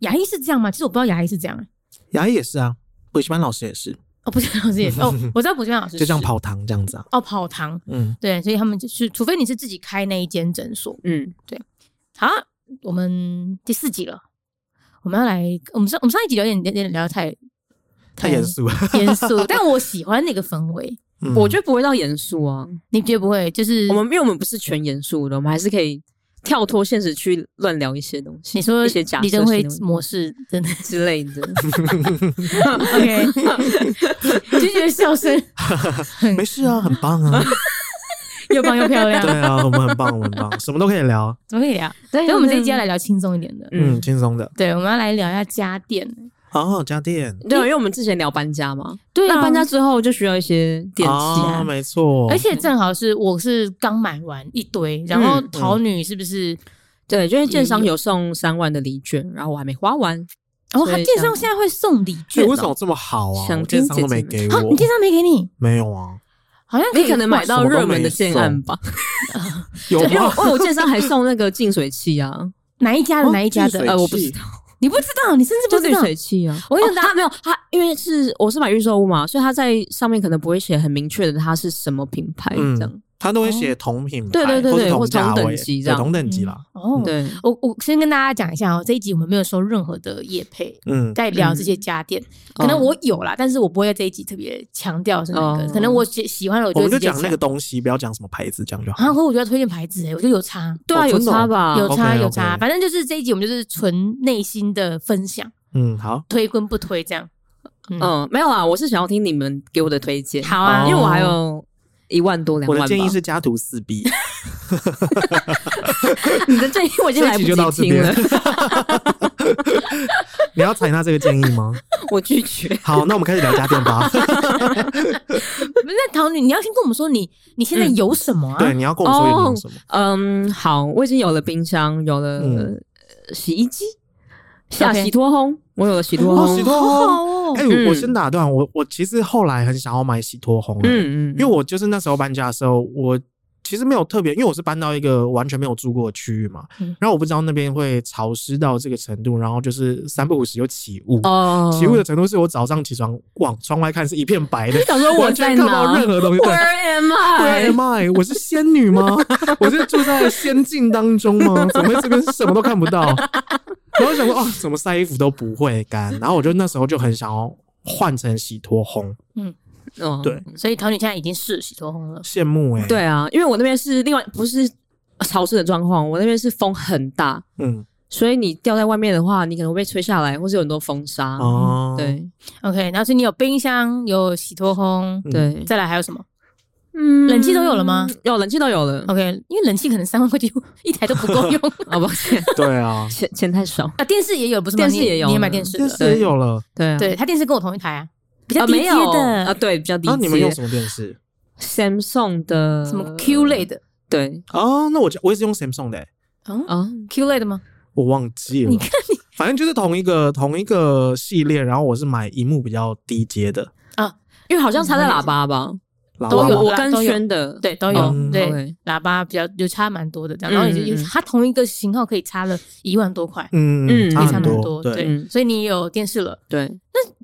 牙医是这样吗？其实我不知道牙医是这样、欸。牙医也是啊，补习班老师也是，哦，补习班老师也 是。哦， 我知道补习班老师就这样是跑堂这样子啊。哦跑堂，嗯，对，所以他们就是，除非你是自己开那一间诊所。嗯，好，我们第四集了，我们要来，我们上我们上一集有点有点聊得太啊太严肃了。严肃，但我喜欢那个氛围。嗯我觉得不会到严肃啊。你觉得不会？就是我们因为我们不是全严肃的，我们还是可以跳脱现实去乱聊一些东西。你说一些假李设登辉性的问题模式真的 之 类的， OK，就觉得笑 声没事啊，很棒啊。又 棒又嗯漂亮，对啊，我们很棒，我们很棒，什么都可以聊。怎么可以聊？对所以我们这一集要来聊轻松一点的。嗯，轻松的。对，我们要来聊一下家电。哦，家电。对，啊因为我们之前聊搬家嘛，对那搬家之后就需要一些电器哦，啊，没错。而且正好是我是刚买完一堆，然后嗯桃女是不是？对，就是建商有送三万的礼券，然后我还没花完，然后所他以哦电商现在会送礼哎券哦，为什么这么好啊？想我电商听都没姐姐给啊我，你电商没给你？没有 啊，好像你以可能买到热门的建案吧？有啊因为吗？我我建商还送那个净水器啊，哪一家的 哦哪一家的净水？呃，我不知器道，你不知道，你甚至 就不知滤道。水器 啊。我哦跟，大他没有他，因为是我是买预售屋嘛，所以他在上面可能不会写很明确的它是什么品牌这样。嗯，他都会写同品牌，哦对对对或对是同或同价等位级这对样嗯同等级啦。哦，对，我我先跟大家讲一下哦，这一集我们没有收任何的业配，嗯，在聊这些家电，可能我有啦，但是我不会在这一集特别强调是哪个，哦可能我喜喜欢了我我就会们就直接讲那个东西，不要讲什么牌子，这样就啊，好。可我觉得推荐牌子、欸，我觉得有差，对啊，哦有真的哦差吧？有差 OK，OK 有差，反正就是这一集我们就是纯内心的分享，嗯，好，推跟不推这样。嗯，嗯，没有啦，我是想要听你们给我的推荐，好啊，哦因为我还有一万多两我万的吧。建议是家徒四壁。你的建议我已经来这一集就到不这及听了边， 你要采纳这个建议吗？我拒绝。好，那我们开始聊家电吧。不 是那桃女，你要先跟我们说你你现在嗯有什么啊？对，你要跟我说有没有什么？嗯，好，我已经有了冰箱，有了、嗯呃洗衣机，下 OK 洗脱烘，我有了洗脱烘。哦洗脱好好烘。哦，哎，嗯我我先打断，我我其实后来很想要买洗脱烘，哎嗯嗯，因为我就是那时候搬家的时候，我其实没有特别，因为我是搬到一个完全没有住过的区域嘛，嗯然后我不知道那边会潮湿到这个程度，然后就是三不五时有起雾。哦，起雾的程度是我早上起床往窗外看是一片白的，想说我完全在看不到哪任何东西。对？Where am Where I？ am I？我是仙女 吗？我是住在仙境当中吗？怎么会这边什么都看不 到？然后想说哦，怎么晒衣服都不会干。然后我就那时候就很想要换成洗脱烘，哦对所以桃女现在已经是洗脱烘了。羡慕哎、对，啊，因为我那边是另外不是呃潮湿的状况，我那边是风很大，嗯，所以你掉在外面的话，你可能会被吹下来，或是有很多风嗯沙。哦，对 OK，然后所以你有冰箱，有洗脱烘，嗯对，再来还有什么嗯冷气都有了吗？哦有冷气都有了。 ？OK，因为冷气可能三万块就 一台都不够用哦，抱歉，对啊， 钱钱太少。 啊。电视也有不是吗？电视你也有你也买呢电视电的？视也有了。对啊，对，他电视跟我同一台啊，比较啊低没阶有的啊，对，比较低那、阶。你们用什么电视？ Samsung 的什么 Q 类？的，对哦，那我就我也是用 Samsung 的欸、嗯啊， ，Q 类的吗？我忘记了你。看你 反正就是同一个同一个系列，然后我是买荧幕比较低阶的，因为好像插在喇叭吧，然都后有啦我我跟都有轩的对都有嗯，对 OK 喇叭比较有差蛮多的这样，然后也是因为嗯嗯嗯它同一个型号可以差了一万多块，嗯嗯差差很蛮多，多，对，对，嗯所以你也有电视了，对，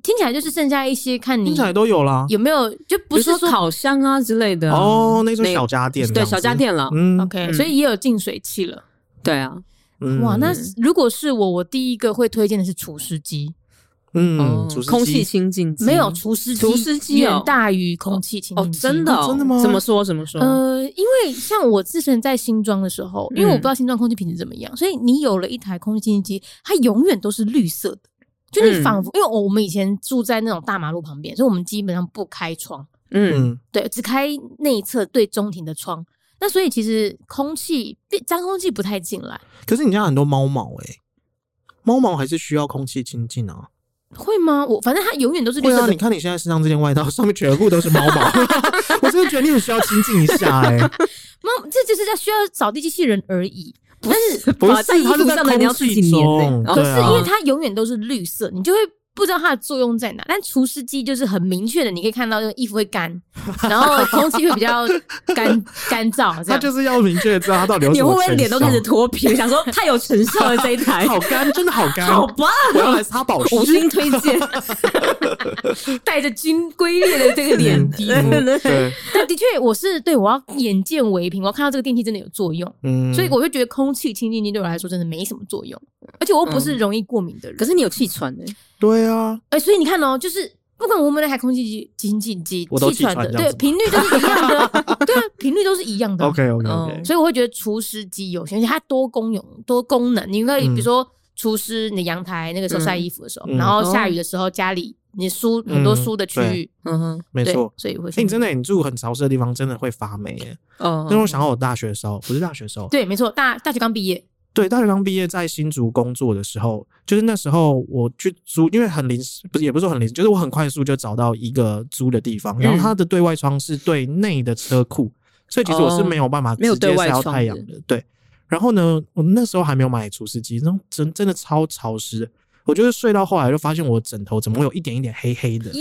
听起来就是剩下一些看你听起来都有啦。有没有，就不比如是说说烤箱啊之类的啊哦，那种小家电，对小家，电了，嗯 OK，嗯所以也有净水器了。对啊，嗯哇，那如果是我，我第一个会推荐的是除湿机，嗯哦，除湿机空气清净机没有除湿机，嗯除湿机哦远大于空气清哦净，机真的哦真的吗怎么说怎么说？嗯呃，因为像我之前在新庄的时候，因为我不知道新庄空气品质怎么样，所以你有了一台空气清净机，它永远都是绿色的。就你仿佛，嗯因为我们以前住在那种大马路旁边，所以我们基本上不开窗，嗯，嗯对，只开内侧对中庭的窗。那所以其实空气脏空气不太进来，可是你家很多猫毛哎、猫毛还是需要空气清净啊。会吗？我反正它永远都是绿对啊，色你的。看你现在身上这件外套上面全部都是猫 毛，我真的觉得你很需要清净一下哎、那这就是要需要扫地机器人而已。但是不把是，在衣它服是上在面你要空自己气粘中，可欸对是啊因为它永远都是绿色，你就会不不知道它的作用在哪，但除湿机就是很明确的，你可以看到就是衣服会 干，然后空气会比较干干燥，这他样就是要明确地知道他到底有你什会不么会成脸都开始效。哎脱皮？ 想说太有成效了这一台，好干，真的好干， 好棒，我要来擦保湿。五星推荐。带着军龟裂的这个脸 皮。嗯对，但的确，我是对我要眼见为凭，我要看到这个电器真的有作用， 嗯，所以我就觉得空气清净机对我来说真的没什么作用，而且我又不嗯是容易过敏的人。可是你有气喘欸呢、对啊，哎、所以你看哦，就是不管我们那台空气机、清净机、我都气喘气的，喘这对样子吗频率都是一样 的，对啊，频率都是一样的啊。 OK OK 哦嗯 OK，所以我会觉得除湿机有些，而且它多功用、多功能，你可以嗯比如说除湿你的阳台那个时候晒衣服的时候，嗯然后哦下雨的时候家里你梳很多梳的区域，嗯哼，没对错，。所以会哎，你真的，你住很潮湿的地方，真的会发霉欸耶。哦那我想到我大学的时候，不是大学的时候，对，没错，大大学刚毕业，对，大学刚毕业在新竹工作的时候，就是那时候我去租，因为很临时，不是也不是说很临时，就是我很快速就找到一个租的地方，嗯然后它的对外窗是对内的车库，所以其实我是哦没有办法没有直接对外晒到窗太的阳的。对，然后呢，我那时候还没有买除湿机，然后真真的超潮湿的。我就是睡到后来就发现我枕头怎么会有一点一点黑黑的，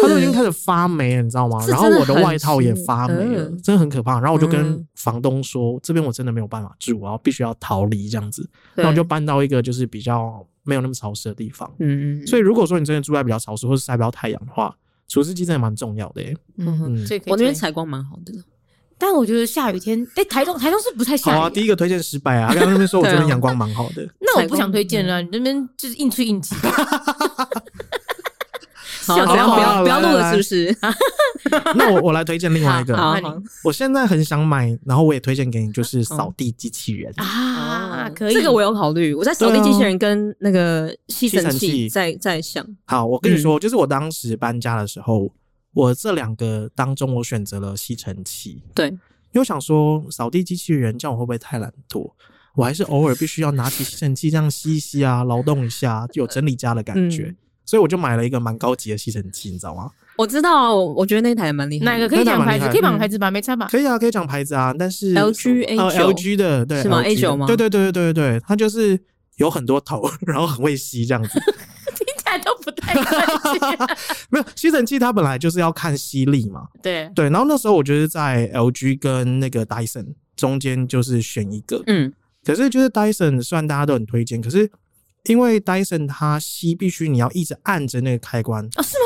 它都已经开始发霉了，你知道吗？这然后哦真的我的很外套也是发霉了，嗯真的很可怕。然后我就跟嗯房东说，这边我真的没有办法住，我要必须要逃离这样子。对然后我就搬到一个就是比较没有那么潮湿的地方。嗯嗯，所以以如果说你真的住在比较潮湿或是晒不到太阳的话，除湿机真的蛮重要的、欸。嗯嗯哼，嗯所以可以我那边推，采光蛮好的，但我觉得下雨天，哎，台中台中是不太好下啊，雨第啊，一个推荐失败啊，刚刚那边说我这边对啊阳光蛮好的，那我不想推嗯荐了，你那边就是硬吹硬挤，好，笑不要好不好要不来要录了，来是不是？那我我来推 荐另外一个， 好那你我现在很想买，然后我也推荐给你，就是嗯扫地机器人。啊，哦可以，这个我有考虑。我在扫地机器人跟那个吸尘吸尘器器在在想，好，我跟你嗯说，就是我当时搬家的时候，我这两个当中我选择了吸尘器，对，因为我想说扫地机器人这样我会不会太懒惰？我还是偶尔必须要拿起吸尘器这样吸一吸啊，劳动一下，有整理家的感觉。嗯所以我就买了一个蛮高级的吸尘器，你知道吗？我知道啊，我我觉得那台蛮厉害的，哪个可以那讲蛮牌厉子？害可以讲嗯牌子吧，没 差吧？ 可以啊，可以讲牌子啊，但是 LG A9 呃 LG 的对是吗 LG 的 A9 吗对对对对对对，它就是有很多头， 然后很会吸这样子。听起来都不太对 劲没有吸尘器，它本来就是要看吸力嘛，对，对，然后那时候我就是在 LG 跟那个 Dyson 中间就是选一个，嗯可是就是 Dyson 虽然大家都很推荐，可是因为 Dyson 它吸必须你要一直按着那个开关，哦，是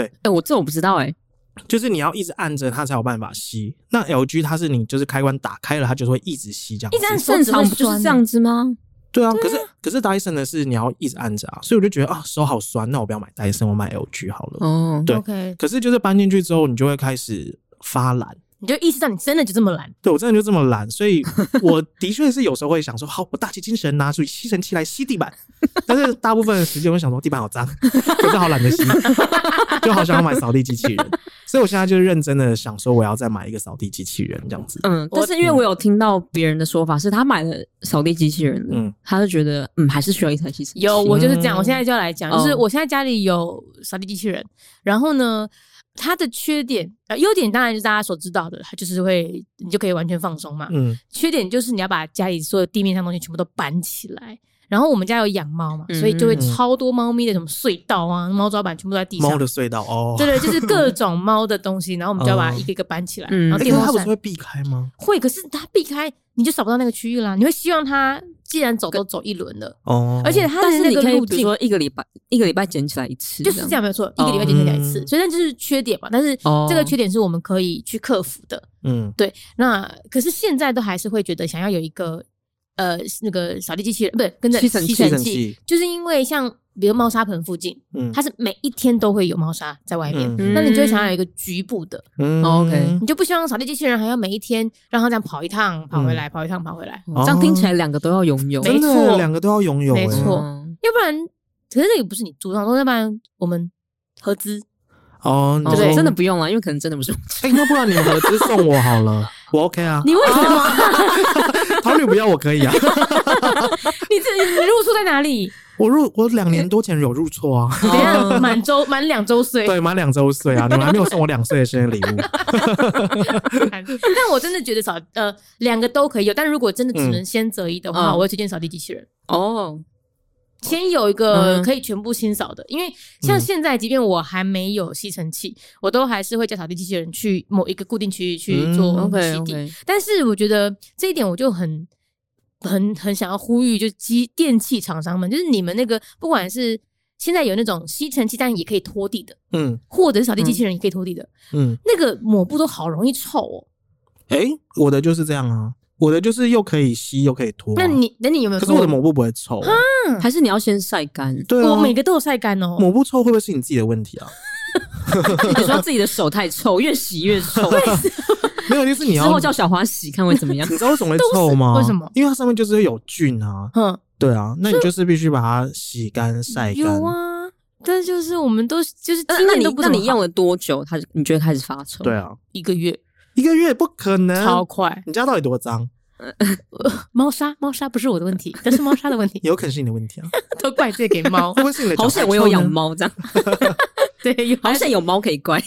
吗？哎，我这我不知道哎，啊就是你要一直按着它才有办法吸。那 LG 它是你就是开关打开了，它就会一直吸这样子。一直 按手正指会常酸不就是这样子吗？对啊，可是可是 Dyson 的是你要一直按着啊，所以我就觉得啊手好酸，那我不要买 Dyson，我买 LG 好嗯了。哦，对，OK，可是就是搬进去之后，你就会开始发懒。你就意识到你真的就这么懒。对我真的就这么懒，所以我的确是有时候会想说，好，我打起精神拿出吸尘器来吸地板，但是大部分的时间我想说地板好脏， 可是好懒得吸， 就好想要买扫地机器人，所以我现在就认真的想说，我要再买一个扫地机器人这样子。嗯，我但是因为我有听到别人的说法，是他买了扫地机器人，嗯嗯，他就觉得嗯还是需要一台吸尘器。有，我就是这样。我现在就要来讲，就是哦我现在家里有扫地机器人，然后呢，它的缺点呃优点当然就是大家所知道的，它就是会你就可以完全放松嘛。嗯，缺点就是你要把家里所有地面上的东西全部都搬起来。然后我们家有养猫嘛，所以就会嗯超多猫咪的什么隧道啊、猫抓板全部都在地猫上的。隧道哦，对对，就是各种猫的东西，然后我们就要把它哦一个一个搬起来，嗯然后诶电哎可风是它不扇是会避开吗？会，可是它避开你就扫不到那个区域啦。你会希望它既然走都走一轮了，哦，而且它但的是那你个可以路比如径说一个礼拜一个礼拜捡起来一次，就是这样，没有错，一个礼拜哦就可以两次，嗯所以那就是缺点嘛。但是哦这个缺点是我们可以去克服的。嗯，对，那可是现在都还是会觉得想要有一个呃那个扫地机器人，不是跟着吸尘器吸尘器，器，就是因为像比如猫砂盆附近，嗯它是每一天都会有猫砂在外面。嗯那你就会想要有一个局部的，嗯哦，OK 你就不希望扫地机器人还要每一天让它这样跑一趟，跑回来，跑一趟，跑回来。哦这样听起来两个都要拥有，没真的错两个都要拥有，欸没诶错嗯要不然，可是这也不是你主动说，要不然我们合资。 哦，你哦说对真的不用了，因为可能真的不 是哎，那不然你们合资送我好 了，我 OK 啊，你为什 么？桃女不要我可以啊。你这你入处在哪里？ 我入我两年多前有入错啊，哦怎样？满周满两周岁。对，满两周岁啊，你们还没有送我两岁的生日礼物。 但我真的觉得扫呃两个都可以有，但如果真的只能先择一的话，嗯我会推荐扫地机器人。哦，先有一个嗯可以全部清扫的，因为像现在，即便我还没有吸尘器，我都还是会叫扫地机器人去某一个固定区域去做嗯吸 OK 地。 OK，但是我觉得这一点我就很很很想要呼吁，就机电器厂商们，就是你们那个不管是现在有那种吸尘器，但也可以拖地的， 嗯或者是扫地机器人也可以拖地的，嗯，那个抹布都好容易臭哦。哎、我的就是这样啊，我的就是又可以吸又可以拖啊、那你那你有没有可拖？是我的抹布不会臭、啊，还是你要先晒 干，你对啊，我每个都有晒干哦。抹布臭会不会是你自己的问题啊？说自己的手太臭，越洗越 臭，没有，就是你之要后叫小花洗看会怎么样你。知道为什么会臭都吗？是为什么因为它上面就是会有菌啊。哼，对啊，那你就是必须把它洗干晒干。有啊，但就是我们都就是 那经那验你都不那怎么你用好了多久？它你觉得开始发臭？对，啊，一个月，一个月不可超能。快。你家到底多脏？嗯猫砂猫砂不是我的问题，但是猫砂的问 题有可能是你的问题啊，都怪罪给猫会。不会是你的？好险我有养，猫， 这样对，有好险有猫可以怪。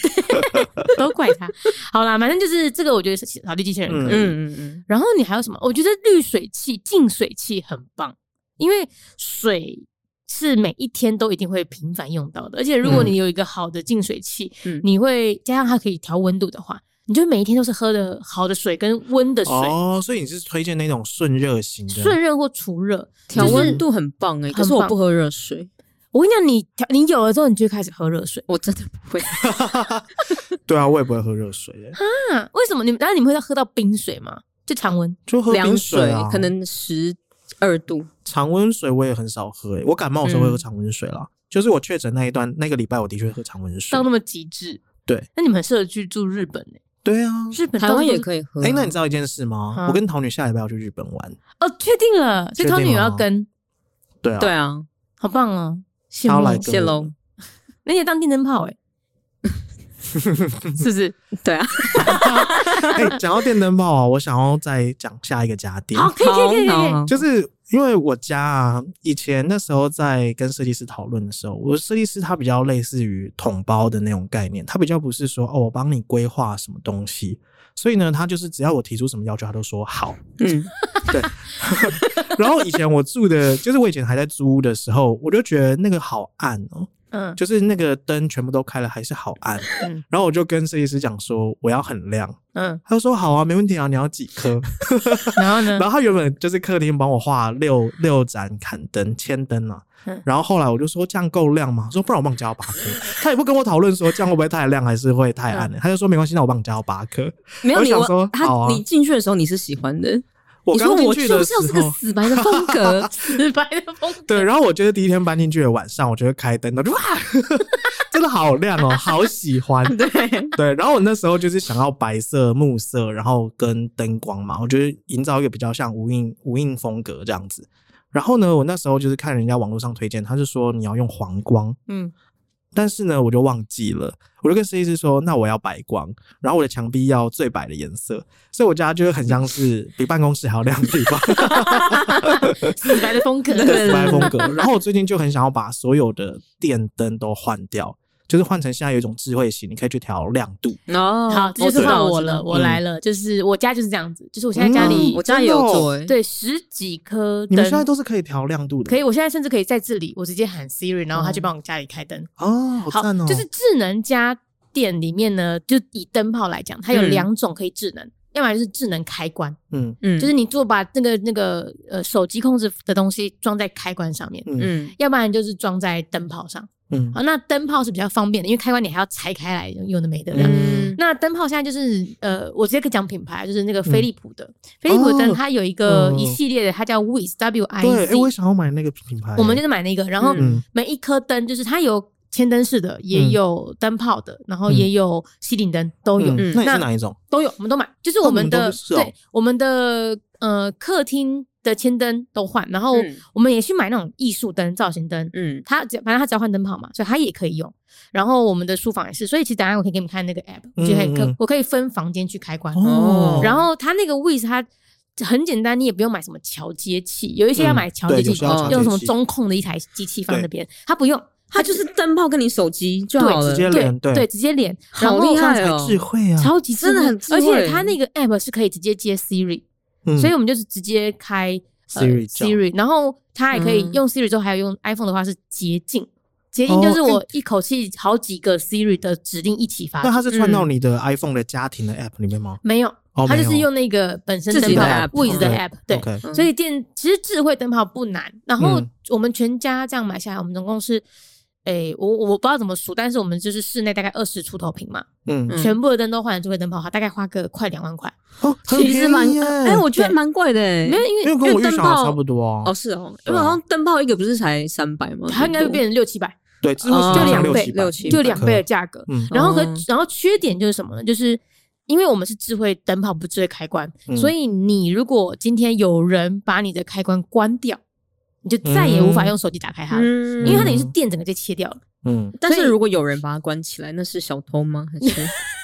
都怪他。好啦，反正就是这个，我觉得是扫地机器人可以。嗯嗯嗯，然后你还有什么？我觉得滤水器、净水器很棒，因为水是每一天都一定会频繁用到的。而且如果嗯你有一个好的净水器，嗯你会加上它可以调温度的话，你就每一天都是喝的好的水跟温的水，哦，所以你是推荐那种顺热型的，顺热或除热。调就是温度很棒哎，可是很我棒不喝热水，我跟你讲，你调你有了之后，你就会开始喝热水。 我真的不会。对啊，我也不会喝热水耶，啊，为什么你们？然后你们会喝到冰水吗？就常温。就喝凉冰水啊，可能十二度，常温水我也很少喝欸耶。我感冒的时候会喝嗯常温水啦，就是我确诊那一段那个礼拜，我的确喝常温水到。那么极致。对，那你们很适合去住日本欸呢、对啊，日本台湾也以可以喝啊。哎、那你知道一件事吗？啊我跟桃女下礼拜要去日本玩。哦，确定了，所以确定哦汤女也了要吗跟，对啊，对 啊，好棒哦，羡她要慕来谢喽。那你也当电灯 泡哎、是不是？对 啊，哎，讲到电灯泡啊，我想要再讲下一个家 电，好，可以可以可以可以可以，就是因为我家啊，以前那时候在跟设计师讨论的时候，我的设计师他比较类似于统包的那种概念，他比较不是说哦，我帮你规划什么东西。所以呢，他就是只要我提出什么要求，他都说好。嗯，然后以前我住的，就是我以前还在租屋的时候，我就觉得那个好暗哦、嗯就是那个灯全部都开了，还是好暗。嗯然后我就跟设计师讲说，我要很亮。嗯，他就说好啊，没问题啊，你要几颗？ 然后嗯呢然？后他原本就是客厅帮我画六六盏砍灯、千灯啊嗯。然后后来我就说这样够亮吗？他说不然我帮你加到八颗。 他也不跟我讨论说这样会不会太亮还是会太暗、嗯他就说没关系，那我帮你加到八颗。没有我你想我说他好啊你进去的时候你是喜欢的，我你说刚进我去就的时是要这个候，死白的风 格，直白的风格，对，然后我觉得第一天搬进去的晚上，我就会开灯，我就哇， 真的好亮哦，好喜欢。对，对，然后我那时候就是想要白色、木色，然后跟灯光嘛，我觉得营造一个比较像无印无印风格这样子。然后呢，我那时候就是看人家网络上推荐，他是说你要用黄光，嗯，但是呢，我就忘记了，我就跟设计师说，那我要白光，然后我的墙壁要最白的颜色，所以我家就是很像是比办公室还要亮的地方。直白的风格，对白风格。然后我最近就很想要把所有的电灯都换掉，就是换成现在有一种智慧型，你可以去调亮度。哦，好，这我就是知换道我知道了，我来了，就是我家就是这样子，就是我现在家里嗯我家也有做哎，对十几颗你灯们，现在都是可以调亮度的，可以，我现在甚至可以在这里，我直接喊 Siri，然后它就帮我家里开灯，哦，好赞哦！就是智能家电里面呢，就以灯泡来讲，它有嗯两种可以智能，要么就是智能开关，嗯嗯，就是你做把那个那个呃手机控制的东西装在开关上面，嗯嗯要不然就是装在灯泡上。嗯好，那灯泡是比较方便的，因为开关你还要拆开来，有的没的这样。嗯那灯泡现在就是呃，我直接可以讲品牌，就是那个飞利浦的，飞利浦的嗯哦灯它有一个嗯一系列的，它叫 Wiz W I 对，哎， Z，我也想要买那个品牌，我们就是买那个，然后嗯每一颗灯就是它有千灯式的，也嗯有灯泡的，然后嗯也有吸顶灯，都有。嗯嗯那你那是哪一种？都有，我们都买，就是我们哦你的、们都是哦对我们的呃客厅的千灯都换，然后嗯我们也去买那种艺术灯、造型灯，嗯它只反正它只要换灯泡嘛，所以它也可以用。然后我们的书房也是，所以其实等一下我可以给你们看那个 app，我觉得很可、嗯嗯我可以分房间去开关，哦，然后它那个 Wiz 它。很简单，你也不用买什么桥接器，有一些要买桥接嗯对器，有些要桥接器用什么中控的一台机器放那边，它不用，它就是灯泡跟你手机就好了，直接对连对，直接连，然好后厉像害哦，智慧啊，超级智慧真的很智而且慧它那个 app 是可以直接接 Siri，嗯所以我们就是直接开呃 Siri 叫 Siri，然后它还可以嗯用 Siri 之后，还有用 iPhone 的话是捷径。捷径就是哦我一口气好几个 Siri 的指令一起发那出，它是串到你的 iPhone 的家庭的 App 里面吗？没有，哦它就没是有用那个本身自灯己泡的 app Wiz 的哦对 app，对， OK，所以电其实智慧灯泡不难，然后嗯我们全家这样买下来，我们总共是，诶、我我不知道怎么数，但是我们就是室内大概二十出头平嘛，嗯，嗯全部的灯都换成智慧灯泡，它大概花个快两万块，哦，很其实便蛮宜耶，哎，我觉得蛮贵的欸，没有因因为为跟我预因想为灯泡的差不多啊哦，是哦，因对啊为好像灯泡一个不是才三百吗？它应该会变成六七百，对，智慧哦型就两六倍七百六七就两倍的价格。嗯然后和哦然后缺点就是什么呢？就是因为我们是智慧灯泡，不是智慧开关，嗯所以你如果今天有人把你的开关关掉，你就再也无法用手机打开它了，嗯因为它等于是电整个就切掉了。嗯，但所是以如果有人把它关起来，那是小偷吗？还是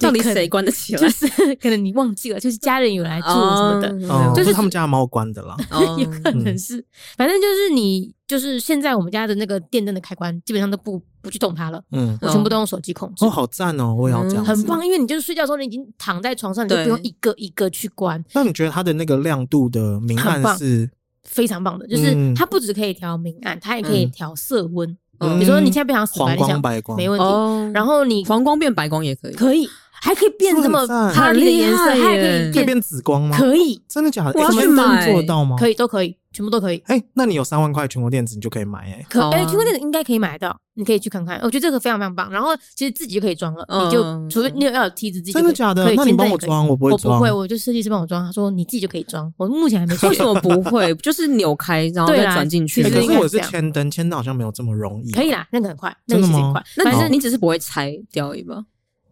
到底谁关得起来？就是 可能你忘记了，就是家人有来住什么的，哦，嗯就是是他们家的猫关的啦，哦有可嗯能是，反正就是你就是现在我们家的那个电灯的开关基本上都不不去动它了，嗯，我全部都用手机控制哦，，好赞哦，我也要这样嗯子。很棒，因为你就是睡觉的时候你已经躺在床上，你就对不用一个一个去关，那你觉得它的那个亮度的明很暗棒是？非常棒的，就是嗯它不只可以调明暗，它也可以嗯调色温，嗯比如说你现在不想死白，黄你想光白光，没问题，哦，然后你黄光变白光也可以，可以还可以变这么哇很赞它的颜色，很厉害还可耶以可以变变紫光吗？可以真的假的？我要诶去什么灯买做得到吗？可以。以都可以，全部都可以。哎，那你有三万块全国电子，你就可以买哎。可好啊哎，青光电子应该可以买到，你可以去看看。我觉得这个非常非常棒。然后其实自己就可以装了，嗯你就除非你有要有梯子自己就可以真的假可的？以那你帮现我在也可以装，我不会我不装。会，我就设计师帮我装。他说你自己就可以装，我目前还 没学为。什么不会？ 就是扭开然后对再啦转进去诶其吗实可应是该是我是这样签灯，签到好像没有这么容易。可以，啦，那个很快，那真个其的实吗很快。那反只是正你只是不会拆掉一把，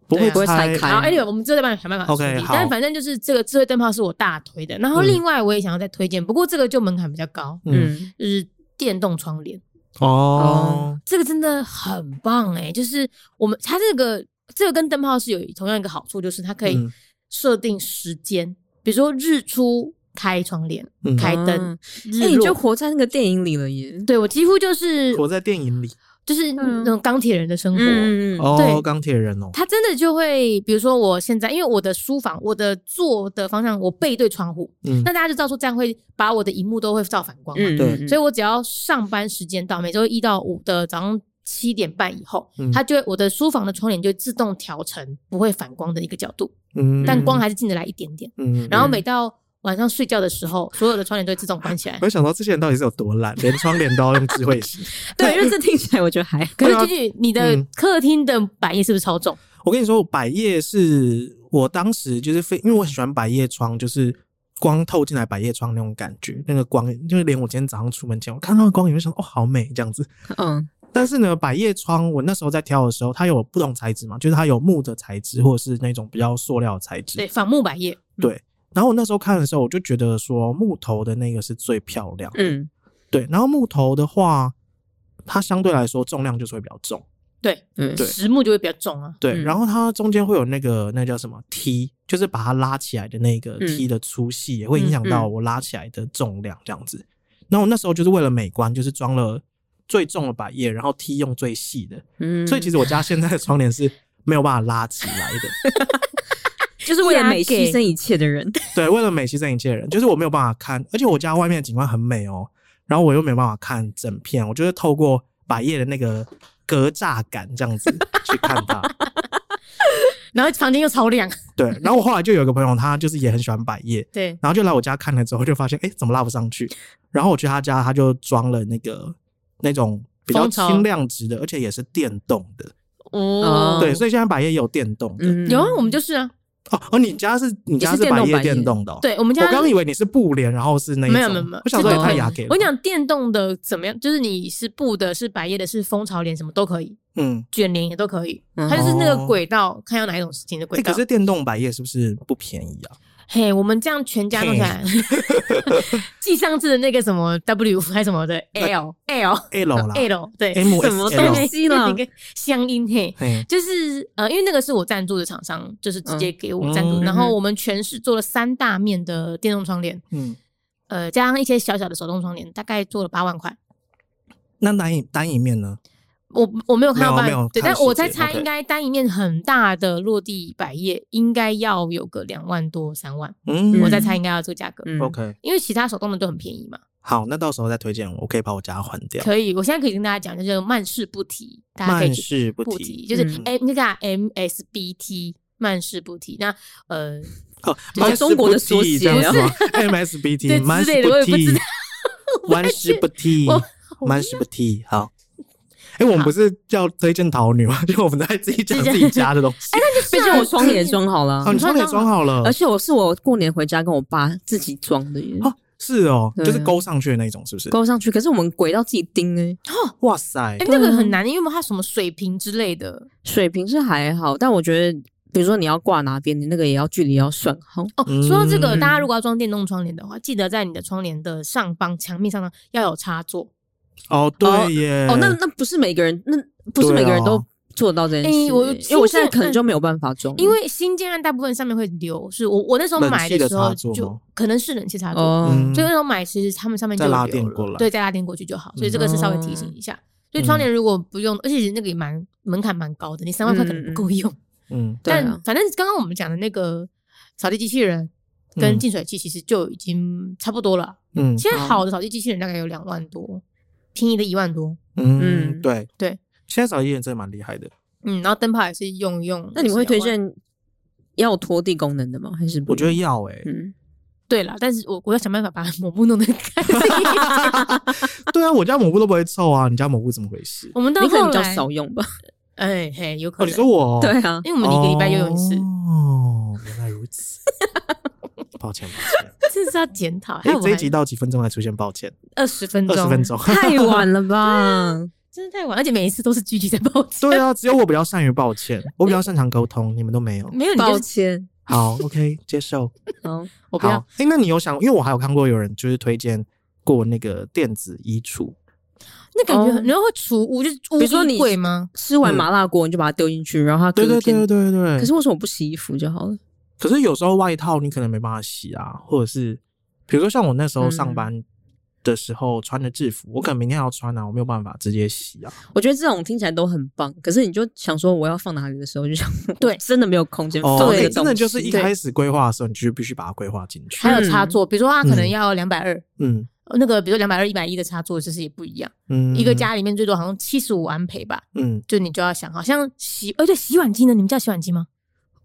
不对会啊不会拆拆开好，anyway，我们之后再帮你想办法处 OK，理。好但反正就是这个智慧灯泡是我大推的。然后嗯另外我也想要再推荐，不过这个就门槛比较高，嗯，嗯，就是电动窗帘。哦，这个真的很棒哎、就是我们它这个这个跟灯泡是有同样一个好处，就是它可以嗯设定时间，比如说日出开窗帘、嗯开灯，啊日那落。你就活在那个电影里了耶。对我几乎就是活在电影里。就是那种钢铁人的生活。嗯，哦，对钢铁人哦，它真的就会，比如说我现在，因为我的书房，我的坐的方向，我背对窗户，嗯那大家就知道说这样会把我的荧幕都会照反光嘛。嗯，对嗯所以我只要上班时间到，每周一到五的早上七点半以后，嗯它就会我的书房的窗帘就会自动调成不会反光的一个角度，嗯但光还是进得来一点点。嗯然后嗯每到晚上睡觉的时候，所有的窗帘都会自动关 起来我。就想到这些人到底是有多懒，连窗帘都要用智慧型。对，因为这听起来我觉得还好可是君君，你的嗯客厅的百叶是不是超重？我跟你说，百叶是我当时就是非，因为我很喜欢百叶窗，就是光透进来百叶窗那种感觉，那个光，就是连我今天早上出门前，我看到的光影，就想说哦，好美这样子。嗯但是呢，百叶窗我那时候在挑的时候，它有不同材质嘛，就是它有木的材质，或者是那种比较塑料的材质。对，仿木百叶。对然后我那时候看的时候，我就觉得说木头的那个是最漂亮。嗯对，然后木头的话，它相对来说重量就是会比较重。对，嗯，对实木就会比较重啊。对，嗯然后它中间会有那个那叫什么梯，就是把它拉起来的那个嗯梯的粗细，也会影响到嗯嗯我拉起来的重量这样子。然后我那时候就是为了美观，就是装了最重的百叶，然后梯用最细的，嗯所以其实我家现在的窗帘是没有办法拉起来的。就是为了美压给牺牲一切的 人，对，为了美牺牲一切人，就是我没有办法看，而且我家外面的景观很美哦，然后我又没有办法看整片，我就是透过百叶的那个隔栅感这样子去看 它。然后房间又超亮。对，然后我后来就有一个朋友，他就是也很喜欢百叶，对，然后就来我家看了之后，就发现哎、诶怎么拉不上去？然后我去他家，他就装了那个那种比较蜂巢轻量值的，而且也是电动的。哦，对，所以现在百叶也有电动的。嗯，有啊，我们就是啊。哦哦，你家是你家也是电百动叶百叶电动的、哦？，对，我们我家刚以为你是布帘，然后是那一种。没有没有没有，我想说这也个太可以雅给了。我跟你，讲电动的怎么样？就是你是布的，是百叶的，是蜂巢帘，什么都可以，嗯，卷帘也都可以。嗯它就是那哦个轨道，看要哪一种事情的哎、轨道。可是电动百叶是不是不便宜啊？嘿，我们这样全家弄下来， 继上次的那个什么 W 还什么的 L L L 啦 L 对， ，M 什么 S 东 L 西。西了那个乡音嘿。嘿，就是呃，因为那个是我赞助的厂商，就是直接给我赞助。嗯然后我们全市做了三大面的电动窗帘，嗯，呃，加上一些小小的手动窗帘，大概做了八万块。那单一单一面呢？我我没有看到没有半没有对，看但实我在际猜， ，OK 应该单一面很大的落地百叶应该要有个两万多三万，嗯我在猜应该要这个价格，嗯 OK，因为其他手动的都很便宜嘛。好，那到时候再推荐我，我可以把我家换掉。可以，我现在可以跟大家讲，就是慢氏不提，大家可以万去事不不提提，就是嗯 M 那个 MSBT 慢氏不提。那呃， 哦，就是中国的缩写这样啊子吗 MSBT，对蛮之类的我也不知 提道，玩事不提我，玩事不提，好。哎，我们不是要推荐桃女吗？因为我们在自己讲自己家的东西。毕竟我窗帘装好了 哦，，你窗帘装好了而，且我是啊我过年回家跟我爸自己装的耶，哦，是哦，对就是勾上去的那种，是不是？勾上去。可是我们鬼到自己钉哎，哇塞哎，，那个很难，因为它什么水平之类的。水平是还好，但我觉得，比如说你要挂哪边，你那个也要距离要算好。哦，说到这个，嗯大家如果要装电动窗帘的话，记得在你的窗帘的上方墙面上方要有插座。哦对耶，哦，那那不是每个人，那不是对啊每个人都做得到这件事。哎我因为我现在可能就没有办法装，因为新建案大部分上面会留，是我我那时候冷买气的时插候座就吗可能是冷气插座，哦，嗯所以那时候买其实他们上面就再有拉留电了过来嗯对，再拉电过去就好。所以这个是稍微提嗯醒一下。所以窗帘如果不用，而且其实那个也蛮门槛蛮高的，你三万块可能不够用。嗯，对啊但反正刚刚我们讲的那个扫地机器人跟净水器其实就已经差不多了。嗯现在好的扫地机器人大概有两万多，便宜的一万多。嗯嗯对对。现在扫地人真的蛮厉害的，嗯，然后灯泡也是用一用。那你们会推10万？荐要有拖地功能的吗？还是不我觉得要哎，嗯，对啦，但是我我要想办法把抹布弄得干净一点。 对啊，我家抹布都不会臭啊，你家抹布怎么回事？我们到你可能后比较来，少用吧。哎嘿，有可哦，能。你说我哦对 啊，因为我们一个礼拜游泳一次，哦，原来如此。抱歉，抱歉。这是要检讨。哎、害我这一 还集到几分钟才出现？抱歉，二十分二钟，十 分，钟。太晚了 吧？真的太晚，而且每一次都是句句在抱歉。对啊，只有我比较善于抱歉，我比较擅长沟通，你们都 没有。没有你抱就是歉，好，OK，接受。好，我不好，要哎、那你有想？因为我还有看过有人就是推荐过那个电子衣橱，那感觉哦很，然后会储物就是比比如说你贵吗？吃完麻辣锅你就把它丢进去，然后它对隔对对天对对对。可是为什么不洗衣服就好了？可是有时候外套你可能没办法洗啊，或者是比如说像我那时候嗯上班的时候穿的制服，我可能明天要穿啊，我没有办法直接洗啊。我觉得这种听起来都很棒，可是你就想说我要放哪里的时候，就想 对真的没有空间放哦，那哎个真东西，的就是一对开始规划的时候，你就必须把它规划进去还。有插座，比如说它可能要两百二，嗯那个比如两百二、一百一的插座，就是也不一样。嗯，一个家里面最多好像七十五安培吧，嗯就你就要想，好像洗，而且洗碗机呢，你们家有洗碗机吗？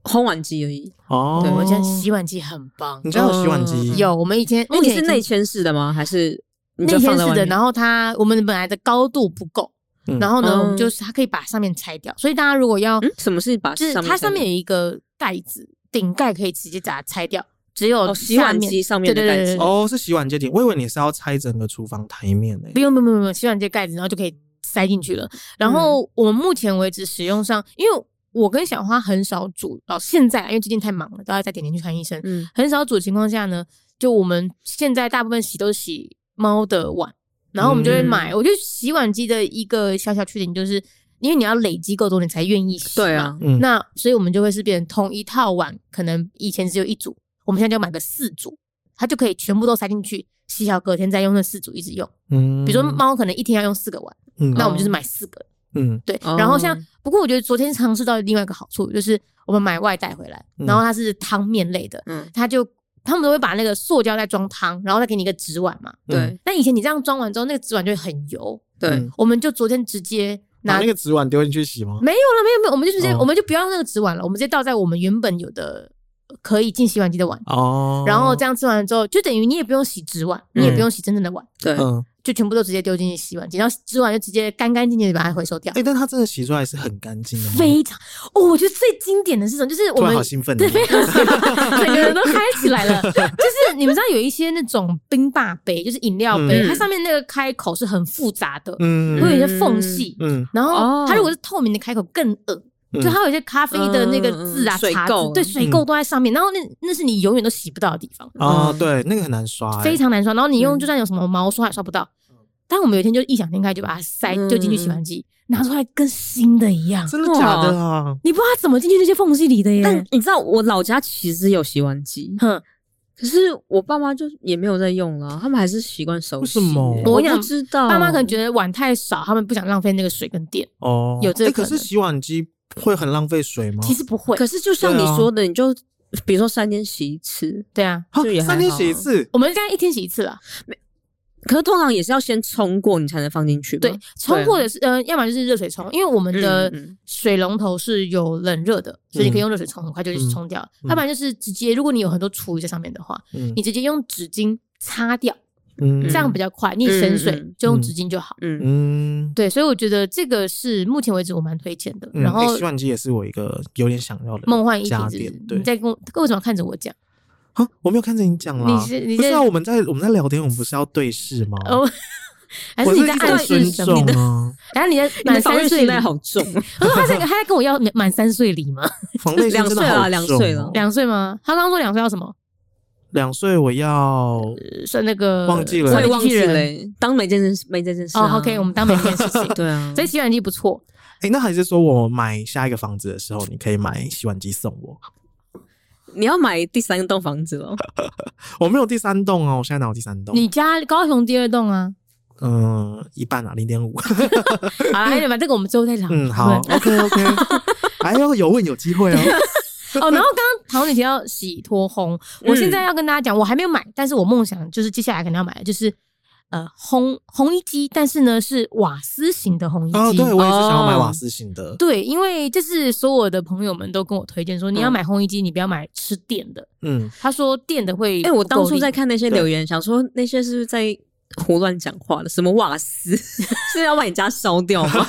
烘碗机而已。哦，对，我家洗碗机很棒你，家有洗碗机？有我们以前那你是内内嵌式的吗？还是你内就放嵌在式外的，面然后它我们本来的高度不够，嗯然后呢，嗯我们就是它可以把上面拆掉，所以大家如果要嗯，什么是把就是上它上面面有一个盖子，顶盖可以直接把它拆掉，只有哦洗下碗面机上面的对对盖对子对对哦，是洗碗机顶，我以为你是要拆整个厨房台面呢、不用不用不用不用，洗碗机盖子，然后就可以塞进去嗯了。然后我们目前为止使用上，因为我跟小花很少煮，到现在啊因为最近太忙了，都要再点点去看医生，嗯很少煮的情况下呢，就我们现在大部分洗都是洗猫的碗，然后我们就会买。嗯我觉得洗碗机的一个小小缺点就是，因为你要累积够多，你才愿意洗。对。啊，嗯，那所以我们就会是变成同一套碗，可能以前只有一组，我们现在就买个四组，它就可以全部都塞进去，洗好隔天再用那四组一直用。嗯比如说，猫可能一天要用四个碗，嗯那我们就是买四个。嗯对，哦然后像不过我觉得昨天尝试到另外一个好处，就是我们买外带回来，嗯然后它是汤面类的，嗯，它就他们都会把那个塑胶袋装汤，然后再给你一个纸碗嘛。对那以前你这样装完之后，那个纸碗就会很油。对嗯，我们就昨天直接拿把那个纸碗丢进去洗吗？没有了，没有没有，我们就直接、哦我们就不要用那个纸碗了，我们直接倒在我们原本有的呃可以进洗碗机的碗，哦，嗯然后这样吃完之后，就等于你也不用洗纸碗，你也嗯不用洗真正的碗，对，嗯，就全部都直接丢进去洗碗机，然后纸碗就直接干干净净的把它回收掉哎、。但它真的洗出来是很干净的吗？非常哦，我觉得最经典的是什么？就是我突然们好兴奋哦，对，非常喜欢， 整个人都嗨起来 了。就是你们知道有一些那种冰霸杯，就是饮料杯，嗯它上面那个开口是很复杂的，嗯会有一些缝隙。嗯然哦后它如果是透明的开口更恶，嗯就它有一些咖啡的那个字啊、嗯茶嗯嗯水渍垢，对，水垢都在上面。然后那那是你永远都洗不到的地方，哦，嗯对，那个很难刷、欸，非常难刷。然后你用嗯就算有什么毛刷也刷不到。但我们有一天就异想天开，就把它塞嗯就进去洗碗机，拿出来跟新的一样。真的假的啊？你不知道它怎么进去那些缝隙里的耶。但你知道我老家其实有洗碗机，嗯哼，可是我爸妈就也没有在用了，他们还是习惯手洗。为什么我我跟你不讲知嗯道，爸妈可能觉得碗太少，他们不想浪费那个水跟电。哦，有这个诶可可是能洗碗机会很浪费水吗？其实不会，可是就像你对啊说的，你就比如说三天洗一次，对啊，啊就也还三天洗一好啊次，我们现在一天洗一次啦。可是通常也是要先冲过你才能放进去吧。对，冲对啊或者是呃，要么就是热水冲，因为我们的嗯嗯水龙头是有冷热的，所以你可以用热水冲，很快就嗯冲掉。嗯要不然就是直接，如果你有很多厨余在上面的话，嗯你直接用纸巾擦掉，嗯这样比较快，你也省水嗯嗯，就用纸巾就好。嗯，嗯。对，所以我觉得这个是目前为止我蛮推荐的。嗯然后嗯诶洗碗机也是我一个有点想要的梦幻一体家是电不是，对你在跟我为什么要看着我讲？啊，我没有看着你讲啦。你是你不是啊？在我们在我们在聊天，我们不是要对视吗？哦 还我是你一在直暗在尊示什重么？ 啊，然后你在 你的满防御三岁心礼态，好重，我说 他在他在跟我要满三岁礼 吗？防备心真的好两重岁了哦两岁吗？他刚刚说两岁要什么？两岁，我要呃算那个忘记了我算也啊忘机器记人了欸。当没这件事，没这件事啊。。哦，OK，我们当没一件事情 对啊，所以洗碗机不错，哎，那还是说我买下一个房子的时候，你可以买洗碗机送我。你要买第三栋房子哦。我没有第三栋哦，我现在哪有第三栋？你家高雄第二栋 啊。嗯，一半啊，零点五。好啦，哎，把这个我们之后再聊。嗯，好哦对 ，OK OK。哎呦，有问有机会哦。哦，然后刚刚唐姐提到洗脱烘，嗯我现在要跟大家讲，我还没有买，但是我梦想就是接下来可能要买的就是呃烘烘衣机，但是呢是瓦斯型的烘衣哦，机。对，我也是想要买哦瓦斯型的。对，因为就是所有的朋友们都跟我推荐说，你要嗯买烘衣机，你不要买吃电的。嗯，他说电的会，哎，我当初在看。看那些留言，想说那些是不是在胡乱讲话的？什么瓦斯 是要把你家烧掉吗？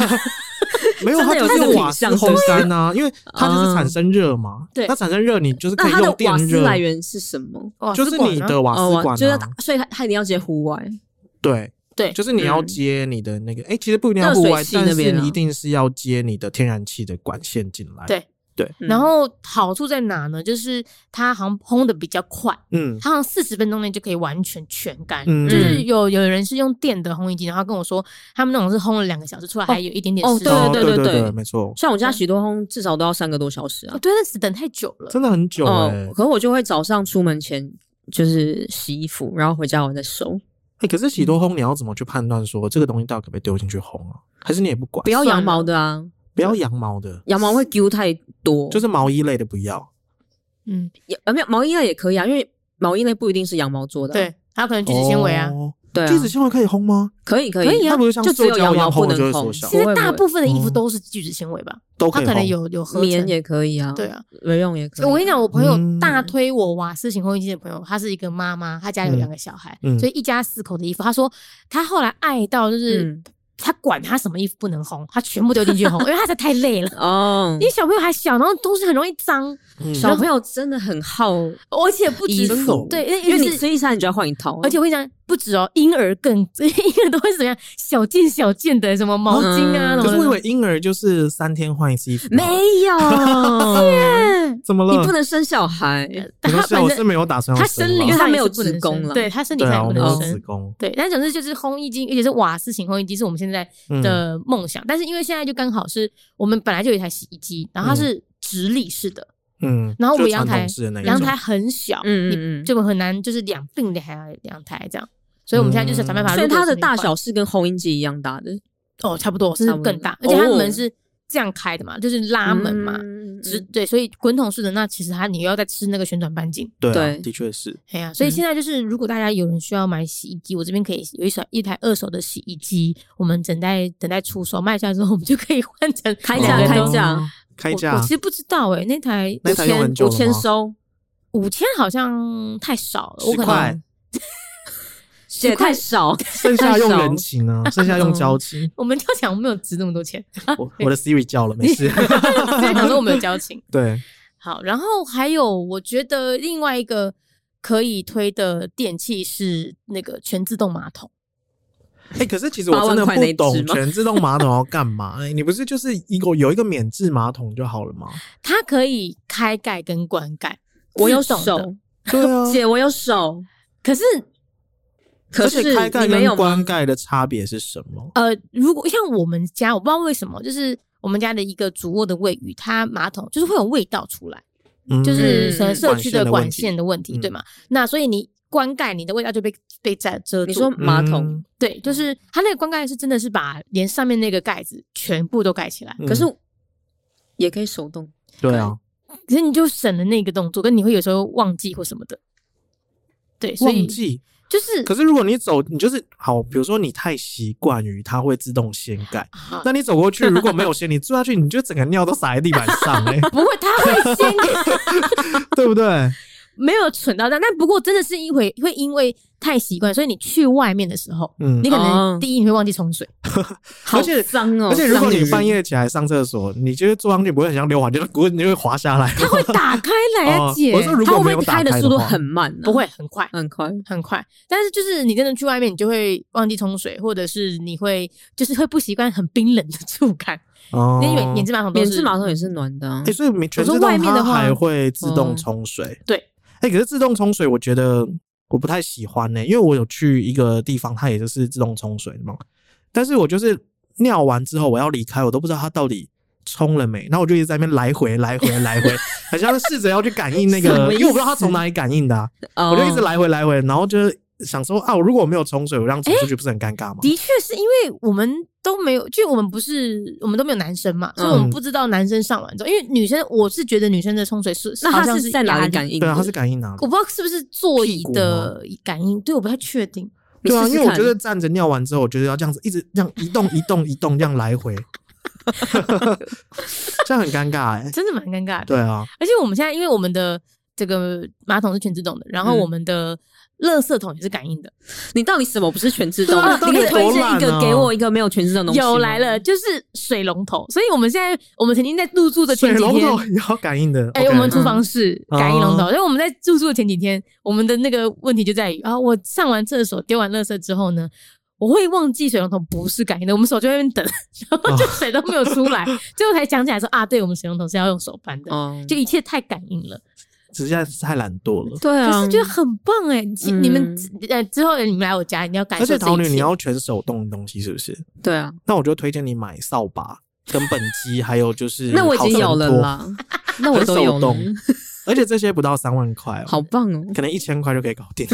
没有，真它的就有是这用个瓦品斯相烘干呐，因为它就是产生热嘛。对它产生热，你就是可那以它用的电嗯瓦斯热，来源是什么？哇就是你的瓦斯哦，管我就是啊。所以它它一定要接户外。对对就是你要嗯接你的那个，哎，其实不一定要热户水外，器但那是边啊你一定是要接你的天然气的管线进来。对嗯然后好处在哪呢？就是它好像烘的比较快，嗯它好像四十分钟内就可以完全全干。嗯就是有有人是用电的烘衣机，然后跟我说他们那种是烘了两个小时，出来还有一点点哦湿。对哦对对对对对，没错，像我家许多烘至少都要三个多小时啊哦我。对，那只等太久了。真的很久哎哦，。可我就会早上出门前就是洗衣服，然后回家我再收，哎，可是洗多烘你要怎么去判断说这个东西到底可不可以丢进去烘啊？还是你也不管不？要算羊毛了的啊，不要羊毛的，羊毛会丢太多，就是毛衣类的不要。嗯，也呃没有毛衣类也可以啊，因为毛衣类不一定是羊毛做的啊、对，还有可能聚酯纤维啊。哦对啊，聚酯纤维可以烘吗？可以可以，可以啊它不是像就只塑有胶羊一样毛烘不的能就会缩烘，小现不在会大不部分的衣服哦都是聚酯纤维吧，都它可以可能烘有有合会棉成。也可以啊，对啊，羽绒也可以啊。我跟你讲，我朋友嗯大推我瓦斯型烘衣机的朋友，她是一个妈妈，她家有嗯两个小孩，嗯所以一家四口的衣服，她说她后来爱到就是嗯，她管她什么衣服不能烘，她全部丢进去 烘，因为她实在太累了。哦因，为小朋友还小，然后东西很容易脏，嗯小朋友真的很耗，而且不止衣服哦对，因为你是吃一餐你就要换一套啊，而且我跟你讲，不止哦，婴儿更 婴儿都会怎么样，小件小件的什么毛巾啊，嗯什可是我以么 为的。婴儿就是三天换一次衣服，啊没 有，啊嗯怎么你了？不能生小孩，没他关系啊，反我是正没有打算要他生生了理因为上他没有也是不能子宫生了对他身体对上也不啊，我没有哦能子生。宫。对，但总之就是烘衣机，而且是瓦斯型烘衣机，是我们现在嗯，的梦想。但是因为现在就刚好是我们本来就有一台洗衣机，然后它是直立式的，嗯，然后我们就是阳台传统嗯式的那一种阳台很小，嗯嗯嗯嗯就很难就是两并两两台这样。所以我们现在就是想办法。嗯所以如果它的是大换小是跟烘衣机一样大的，哦，差不多，甚差至不多更大，而且它的哦门是这样开的嘛，就是拉门嘛，嗯直对，所以滚筒式的那其实它你又要再吃那个旋转半径，对啊，对的确是。哎呀、所以嗯现在就是如果大家有人需要买洗衣机，我这边可以有一手一台二手的洗衣机，我们等待等待出手卖下之后，我们就可以 换成开两价个开都价哦，开我价我其。实不知道哎、那台那台用很久五了千吗？收，五千好像太少了，我十可块能，也太少， 剩下用人情啊，剩下用交 情。我们交情我没有值那么多 钱，我我的 Siri 叫了，没 事。所以想说我们有交情。对，好，然后还有，我觉得另外一个可以推的电器是那个全自动马桶。哎，可是其实我真的八万块那不一懂只吗全自动马桶要干嘛。哎，你不是就是一个有一个免治马桶就好了吗？它可以开盖跟关盖，我有自动的手，对啊， 姐我有手，可是，可而且是开盖你没有跟吗关盖的差别是什么？呃，如果像我们家，我不知道为什么，就是我们家的一个主卧的卫浴，它马桶就是会有味道出来，嗯就是嗯可能社区的管管线线的问题，嗯对吗？那所以你灌溉，你的味道就被被遮遮住。你说马桶，对，嗯就是它那个灌溉是真的是把连上面那个盖子全部都盖起来，嗯可是也可以手动，对啊，可是你就省了那个动作，跟你会有时候忘记或什么的。对，所以忘记。就是可是如果你走，你就是好，比如说你太习惯于它会自动掀盖，啊那你走过去如果没有掀，你坐下去你就整个尿都洒在地板 上、欸，不会，他 会先对不对？没有蠢到但但不过真的是因为会因为太习惯，所以你去外面的时候，嗯你，可哦能第一你会忘记冲水，好且脏嗯哦！而且如果脏女你人半夜起来上厕所，你就是坐上去不会很像溜滑梯，滚，你就会滑下来。它会打开来啊，哦姐，我说如它果会没不有会打开开的的速度话很很慢啊，不会很快，很快，很快，但是就是你真的去外面，你就会忘记冲水，或者是你会就是会不习惯很冰冷的触感，哦 因为免免治马桶都免是治马桶也是暖的啊哎、，所以全说自动外面的它话还会自动嗯冲水。对哎、可是自动冲水，我觉得我不太喜欢呢、因为我有去一个地方，它也就是自动冲水的嘛。但是我就是尿完之后，我要离开，我都不知道它到底冲了没，然后我就一直在那边来回来回来 回，很像是试着要去感应那什个，么因为我不知意道它从思哪里感应的啊、哦我就一直来回来回，然后就是想说啊，我如果我没有冲水，我让冲出去不是很尴尬吗？的确是因为我们都没有，就我们不是我们都没有男生嘛，所以我嗯们不知道男生上完之后，因为女生我是觉得女生的冲水是那好像它是在哪压里力感应的？对啊，它是感应的啊、我不知道是不是座屁椅股吗的感应，对我不太确定。你对啊，试试因为我看觉得站着尿完之后，我觉得要这样子一直这样移动、移动、移动，这样来回， 这样很尴尬哎、真的蛮尴尬的。对啊，而且我们现在因为我们的这个马桶是全自动的，然后嗯我们的垃圾桶也是感应的。你到底什么不是全自动对啊 的？到你底可以有多推荐烂一个啊给我一个没有全自动的东西吗有来了，，就是水龙头。所以我们现在我们曾经在入住的水前几龙天头。也要感应的。哎、 OK 我们厨房室嗯感应龙头，哦所以我们在入住的前几天，我们的那个问题就在于啊，我上完厕所丢完垃圾之后呢，我会忘记水龙头不是感应的，我们手就在那边等， 然后就水都没有出来，哦最后才想起来说啊，对我们水龙头是要用手扳的，哦，就一切太感应了。实在是太懒惰了。对可啊，是觉得很棒哎、你嗯你们呃之后你们来我家，你要感而受这一且桃女，切你要全手动的东西是不是？对啊，那我就推荐你买扫把、跟本机，还有就是那我已经好有神了拖，啦， 那我都很有手了动，而且这些不到三万块、哦，好棒哦！可能一千块就可以搞 定。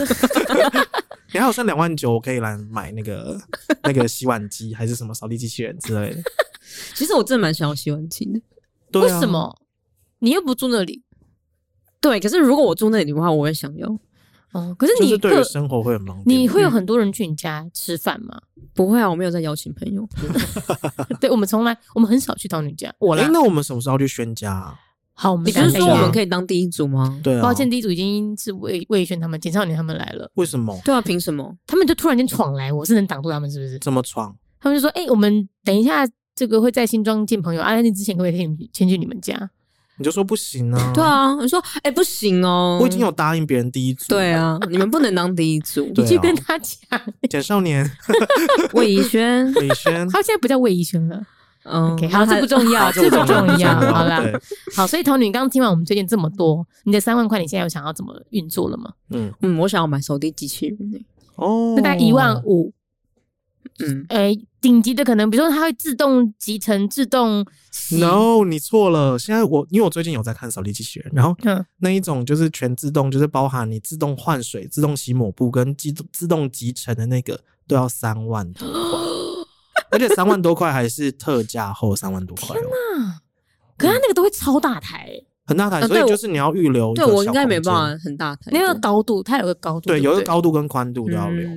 你还有剩两万九，我可以来买那个那个洗碗机还是什么扫地机器人之类的。其实我真的蛮想要洗碗机的。对啊为什么？你又不住那里对，可是如果我住那里的话，我会想要。哦，可是就你是对个于生活嗯会很方便。你会有很多人去你家吃饭吗？不会啊，我没有在邀请朋友。对，我们从来我们很少去桃女家。我哎、啦，那我们什么时候要去宣家、啊？好，我们你不下是次说再我聊们可以当第一组吗？对啊，抱歉，，第一组已经是魏魏轩他们、简少年他们来了，为什么？对啊，凭什么？他们就突然间闯来，我是能挡住他们是不是？这么闯？他们就说：“哎、我们等一下这个会在新庄见朋友，啊，那之前可不可以先先去你们家？你就说不行啊？对，啊，你说哎不行哦，我已经有答应别人第一组。对，啊，你们不能当第一组。对啊嗯去跟他讲。简少年、魏怡轩，李轩，他现在不叫魏一轩了。嗯 OK，好，这不就重要，好这不重要。好啦，啊对好，所以童女，你刚刚听完我们推荐这么多，你的三万块，你现在有想要怎么运作了吗？嗯，嗯，我想要买手机机器人欸哦，那大概一万五，嗯，诶，顶级的可能，比如说它会自动集成、自动洗。 No，你错了。现在我因为我最近有在看扫地机器人，然后嗯那一种就是全自动，就是包含你自动换水、自动洗抹布跟自自动集成的那个，都要三万多块，哦 而且三万多块还是特价后三万多块哦，啊，可是它那个都会超大台、欸，很大台，呃所以对就是你要预留一个对我小应该没空间办法很大台的，那个高度，它有个高度，对，对，有一个，高度跟宽度不都要留。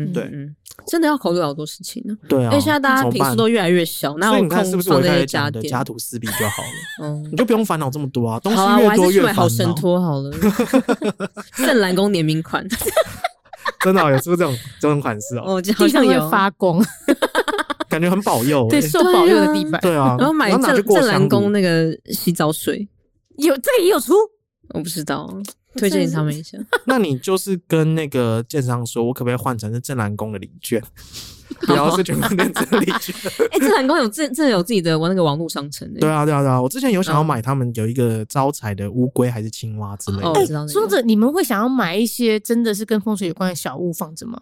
嗯对，嗯嗯真的要考虑好多事情呢。对啊，因为现在大家怎么平办时都越来越小，哪所以有你看空是不是我放一这开些始讲的电？家徒四壁就好了，嗯你，就不用烦恼这么多 啊，东西好啊，越我还多是去越买烦恼好。神托好了，圣兰宫联名款， 真的哦有出这种这种款式哦，哦，好地上像会有。发光，感觉很保佑欸。对，受保佑的地板，对啊，然后买我要拿去正过正香蓝炉宫那个洗澡水，有这个也有出，我不知道，推荐他们一下。 那你就是跟那个建商说，我可不可以换成是正蓝宫的礼券，不要是哦全国电子的礼 券？哎，正蓝宫有真真的有自己的那个网络商城欸的，对啊，对啊，对啊！我之前有想嗯要买他们有一个招财的乌龟还是青蛙之类哦的我，知道那个说着你们会想要买一些真的是跟风水有关的小物放着吗？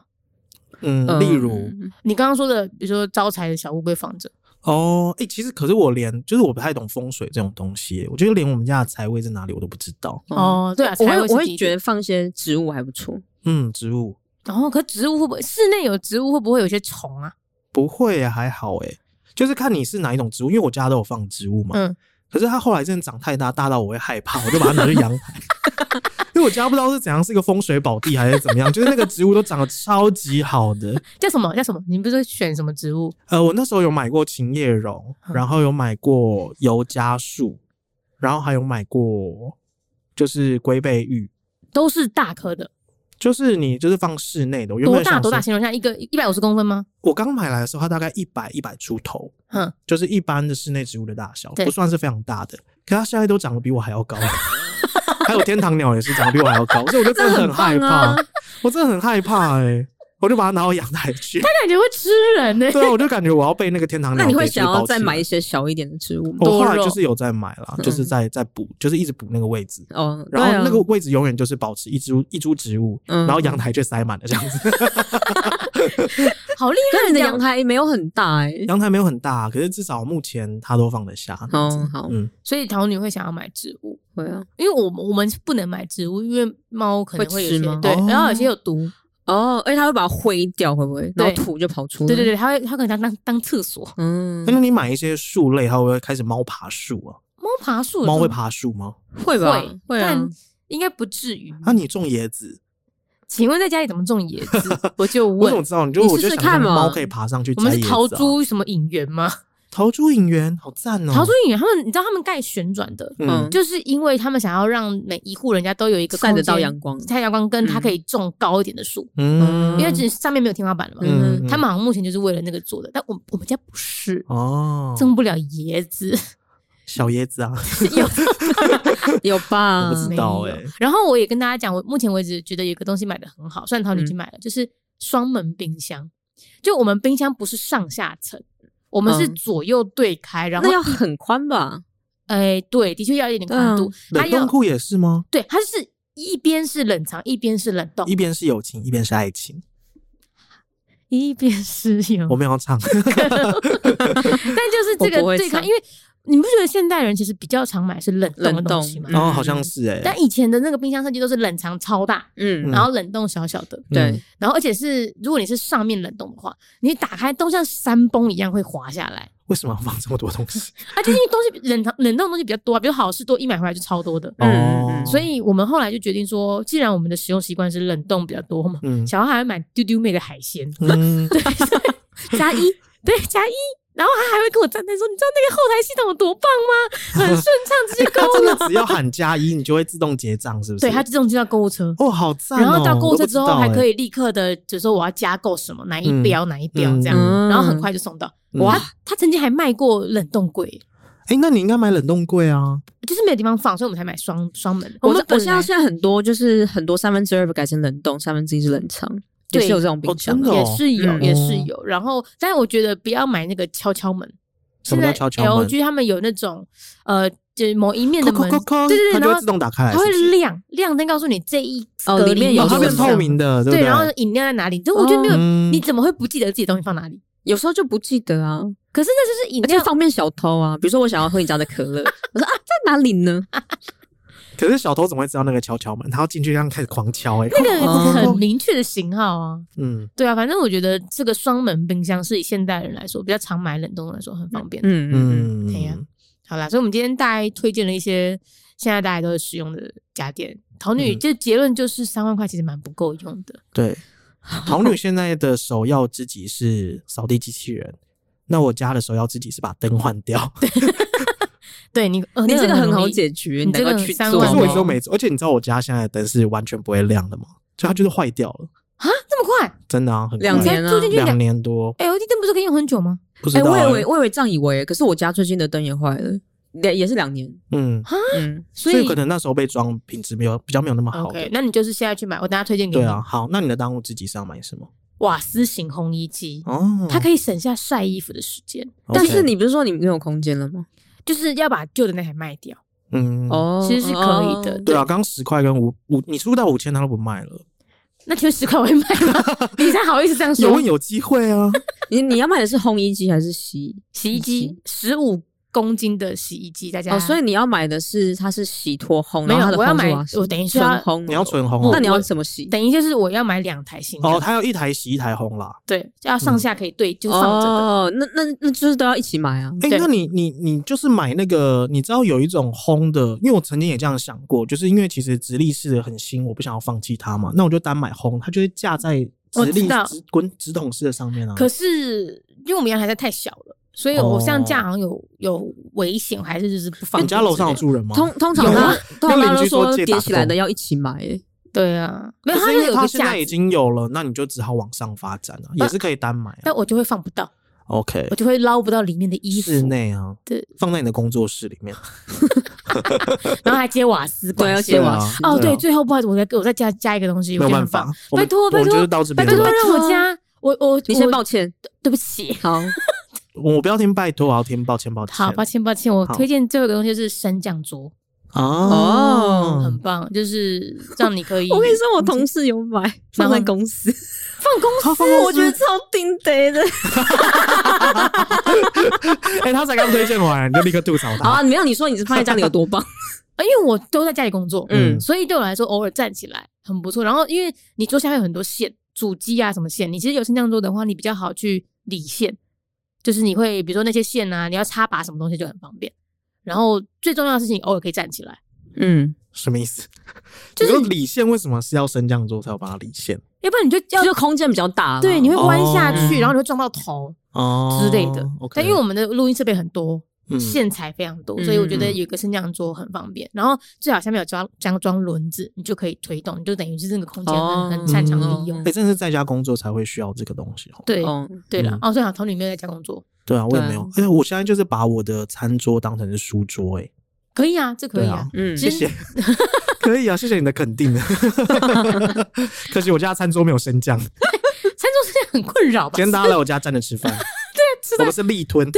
嗯，嗯，例如你刚刚说的，比如说招财的小乌龟放着，哦，哎、其实可是我连就是我不太懂风水这种东西，我觉得连我们家的财位在哪里我都不知道。嗯哦，对啊，我会才我是第会一觉得放些植物还不错，嗯，植物点，然后哦可植物会不会室内有植物会不会有些虫啊？不会、啊、还好哎、就是看你是哪一种植物，因为我家都有放植物嘛。嗯，可是它后来真的长太大，大到我会害怕，我就把它拿去阳台。 因为我家不知道是怎样，是一个风水宝地还是怎么样，就是那个植物都长得超级好的。叫什么叫什么？你不是选什么植物？呃，我那时候有买过琴叶榕，然后有买过尤加树，然后还有买过就是龟背玉，都是大颗的，就是你就是放室内的。我原多本大想多大？说形容一下，一个一百五十公分吗？我刚买来的时候，它大概一百一百出头，嗯，就是一般的室内植物的大小，对不算是非常大的。可它现在都长得比我还要高， 还有天堂鸟也是长得比我还要高，所以我就真的很害怕，啊！我真的很害怕哎、我就把它拿到阳台 去。它感觉会吃人呢、对啊，我就感觉我要被那个天堂那鸟。你会想要再啊买一？些小一点的植物吗？我后来多肉就是有在买啦，就是在在补，就是一直补那个位置。哦，然后对啊那个位置永远就是保持一株一株植物，嗯然后阳台却塞满了这样子。好厉可是害你这的样阳台没有很大哎、阳台没有很大，啊可是至少目前它都放得下。哦，好，嗯所以桃女会想要买植物，会啊。因为我们我们是不能买植物，因为猫可能会有会吃些吗对哦，然后有些有毒，哦，而且它会把它挥掉，会不会？然对后土就跑出来。对对，对，它会它可能当当当厕所。嗯那，你买一些树类，它会不会开始猫爬树啊？猫爬树，猫会，爬树嗯吗？会吧？会啊但。应该不至于。那你种椰子，请问在家里怎么种椰子？我就我问怎么，知道？你就你我就试试想象看嘛猫可以爬上去摘我椰们子、是啊。桃，株什么引园吗？桃珠引园，好赞哦！桃株引园，他们你知道他们盖旋转的，嗯嗯就是因为他们想要让每一户人家都有一个晒得空间到阳光晒阳光，跟它嗯可以种高一点的树，嗯因为只上面没有天花板了嘛。嗯嗯他们好像目前就是为了那个做的，但我我们家不是。哦，种不了椰子，小椰子啊，有有吧我？不知道没有欸然后我也跟大家讲，我目前为止觉得有一个东西买的很好，虽然桃女已嗯经买了，就是双门冰箱。就我们冰箱不是上下层，我们是嗯左右对开，然后那要很宽吧？哎、对，的确要一点对啊宽度，它嗯冷冻要库也是吗？对，它是一边是冷藏，一边是冷冻一，边是友情，一边是爱情。一边是 有我，们要唱，但就是这我不个会对开，上因为你不觉得现代人其实比较常买是冷冻的冷冻东西吗？嗯然后好像是哎、但以前的那个冰箱设计都是冷藏超大，嗯，然后冷冻小小嗯的，对，然后而且是如果你是上面冷冻的话，你打开都像山崩一样会滑下来。为什么要放这么多东 西？啊，就是因为东西冷藏冷冻的东西比较多啊，比如好事多一买回来就超多的，嗯哦，所以我们后来就决定说，既然我们的使用习惯是冷冻比较多嘛，嗯小孩还会买丢丢妹的海鲜，嗯，加一，对，加一。然后他还会跟我赞叹说：“你知道那个后台系统有多棒吗？很顺畅，直接购它物。哎真的只要喊加一，你就会自动结账，是不”是？对，他自动进到购物车，哦，好赞、哦！然后到购物车之后还可以以，立刻的，就说我要加购什么，哪一哎嗯标哪一标这样，嗯然后很快就送到。嗯哇，他曾经还卖过冷冻柜，哎、那你应该买冷冻柜啊。就是没有地方放，所以我们才买双双门。我们我本现在来现在很多就是很多三分之二改成冷冻，三分之一是冷藏，也对是有这种冰箱哦真的的。也是有，嗯也是有。然后，但是我觉得不要买那个敲敲门。什现么叫在敲敲门 LG 他们有那种呃，就是某一面的门，扣扣扣扣对对它对，就然会后自动打开来，它会哎是不是亮亮灯，告诉你这一哦格里面有哦，什它么变什么透明的，对不对，然后饮料在哪里？这我就没有，嗯你怎么会不记得自己东西放哪里？有时候就不记得啊，可是那就是饮而且料，方便小偷啊。比如说我想要喝你家的可乐， 我说啊在哪里呢？可是小偷怎么会知道那个敲敲门？他要进去，这样开始狂敲、哎，那个哦很明确的型号啊。嗯，对啊，反正我觉得这个双门冰箱是以现代人来说比较常买冷冻的来说很方便。嗯嗯嗯，嗯哎呀好啦，所以我们今天大概推荐了一些现在大家都会使用的家电。桃女，嗯这结论就是三万块其实蛮不够用的。对，桃女现在的首要之急是扫地机器人。那我家的首要之急是把灯换 掉，对你，呃你那这个很容好易解决，你赶这个快去三做。可万是多我一直都没做，而且你知道我家现在的灯是完全不会亮的吗？就它就是坏掉了，啊，这么快？真的啊，很两快才年啊住进去哎两年多， LED 灯不是可以用很久吗？不知哎，道、我以哎为我以为这样以为，可是我家最近的灯也坏了，也也是两年。嗯，嗯，所所以以可能那时候被装品质没有比较没有那么好的。 OK，那你就是现在去买，我等下推荐给对你。啊，好，那你的当务之急是要买什么？瓦斯型烘衣机，哦，它可以省下晒衣服的时间，但 OK 是你不是说你没有空间了吗？就是要把旧的那台卖掉。嗯，哦，其实是可以的哦对啊，刚十块跟五五，你出到五千他都不卖了，那请问十块我会买吗？ 你才好意思这样有说问。有机 会啊！你你要买的是烘衣机还是洗衣？洗衣机十五公斤的洗衣机，大家哦，所以你要买的是它是洗脱烘，没有然后它的我要烘是买啊瓦斯我等于是纯要烘，你要纯红我那哦，你要怎么洗？等一下是我要买两台新的，哦，它嗯要一台洗一台红啦。对，就要上下可以对，就放着的。哦，那那那就是都要一起买啊。哎、对那你你你就是买那个，你知道有一种烘的，因为我曾经也这样想过，就是因为其实直立式的很新，我不想要放弃它嘛，那我就单买烘，它就会架在直我立知道直滚直筒式的上面啊。可是因为我们阳台实在太小了，所以我这样架好像有有危险，我还是就是不放。哦你家楼上有？住人吗？通通常有他啊通常那他邻都居说说借叠打起来工的要一起买、欸，对啊，没有，可它是就因为有它个现架在已子，经有了，那你就只好往上发展了、也是可以单买、啊。但我就会放不到， OK，我就会捞不到里面的衣服，室内啊，对，放在你的工作室里面。然后还接瓦斯管对，要线接瓦啊斯。哦，对啊对，最后不好意思，我再我再加加一个东西，没有我想办法放，我们拜托我拜们就是托到这拜边托了。让我加，我我你先我抱歉，对不起，好，，我不要听拜托，我要听抱歉，抱歉。好抱歉抱歉，我好推荐最后一个东西就是升降桌，啊哦，很棒，就是让你可以 我跟你说，我同事有 买，放在公 司，放公司，我觉得超顶得的。哎、他才刚推荐完，你就立刻吐槽 好他。啊，没有，你说你是放在家里有多棒？呃因为我都在家里工作，嗯嗯，所以对我来说偶尔站起来很不错。然后因为你桌下面有很多线，主机啊什么线，你其实有升降桌的话，你比较好去理线，就是你会比如说那些线啊，你要插拔什么东西就很方便。然后最重要的事情，偶尔可以站起来， 嗯，什么意思？就就是是理线为什么是要升降桌才有把它理线要不然你就要就空间比较大啦。对，你会弯下去，哦然后你会撞到头哦之类的。 OK，但因为我们的录音设备很多，嗯线材非常多，嗯所以我觉得有一个升降桌很方便。然后最好下面有装装装轮子，你就可以推动，你就等于是这个空间哦很很擅长利用哎、。真的是在家工作才会需要这个东西哦。对啊哦，对了嗯，哦，最好同你没有在家工作，对啊，我也对啊没有。而且我现在就是把我的餐桌当成是书桌、哎，可以啊，这可以对啊啊。嗯，其谢实 谢，可以啊，谢谢你的肯定。 可惜我家餐桌没有升降，今餐桌是件很困扰吧？天大家来我家站着吃饭， 对，我们是立吞。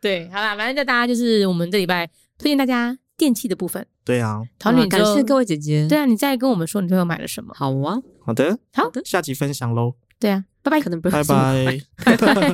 对，好啦，反正就大家就是我们这礼拜推荐大家电器的部分。对啊，桃女，感谢各位。位姐姐。对，啊，你再跟我们说你最后买了什么？好啊，好的，好下集分享喽， 对啊，拜拜 可能不拜要这么 拜拜。拜。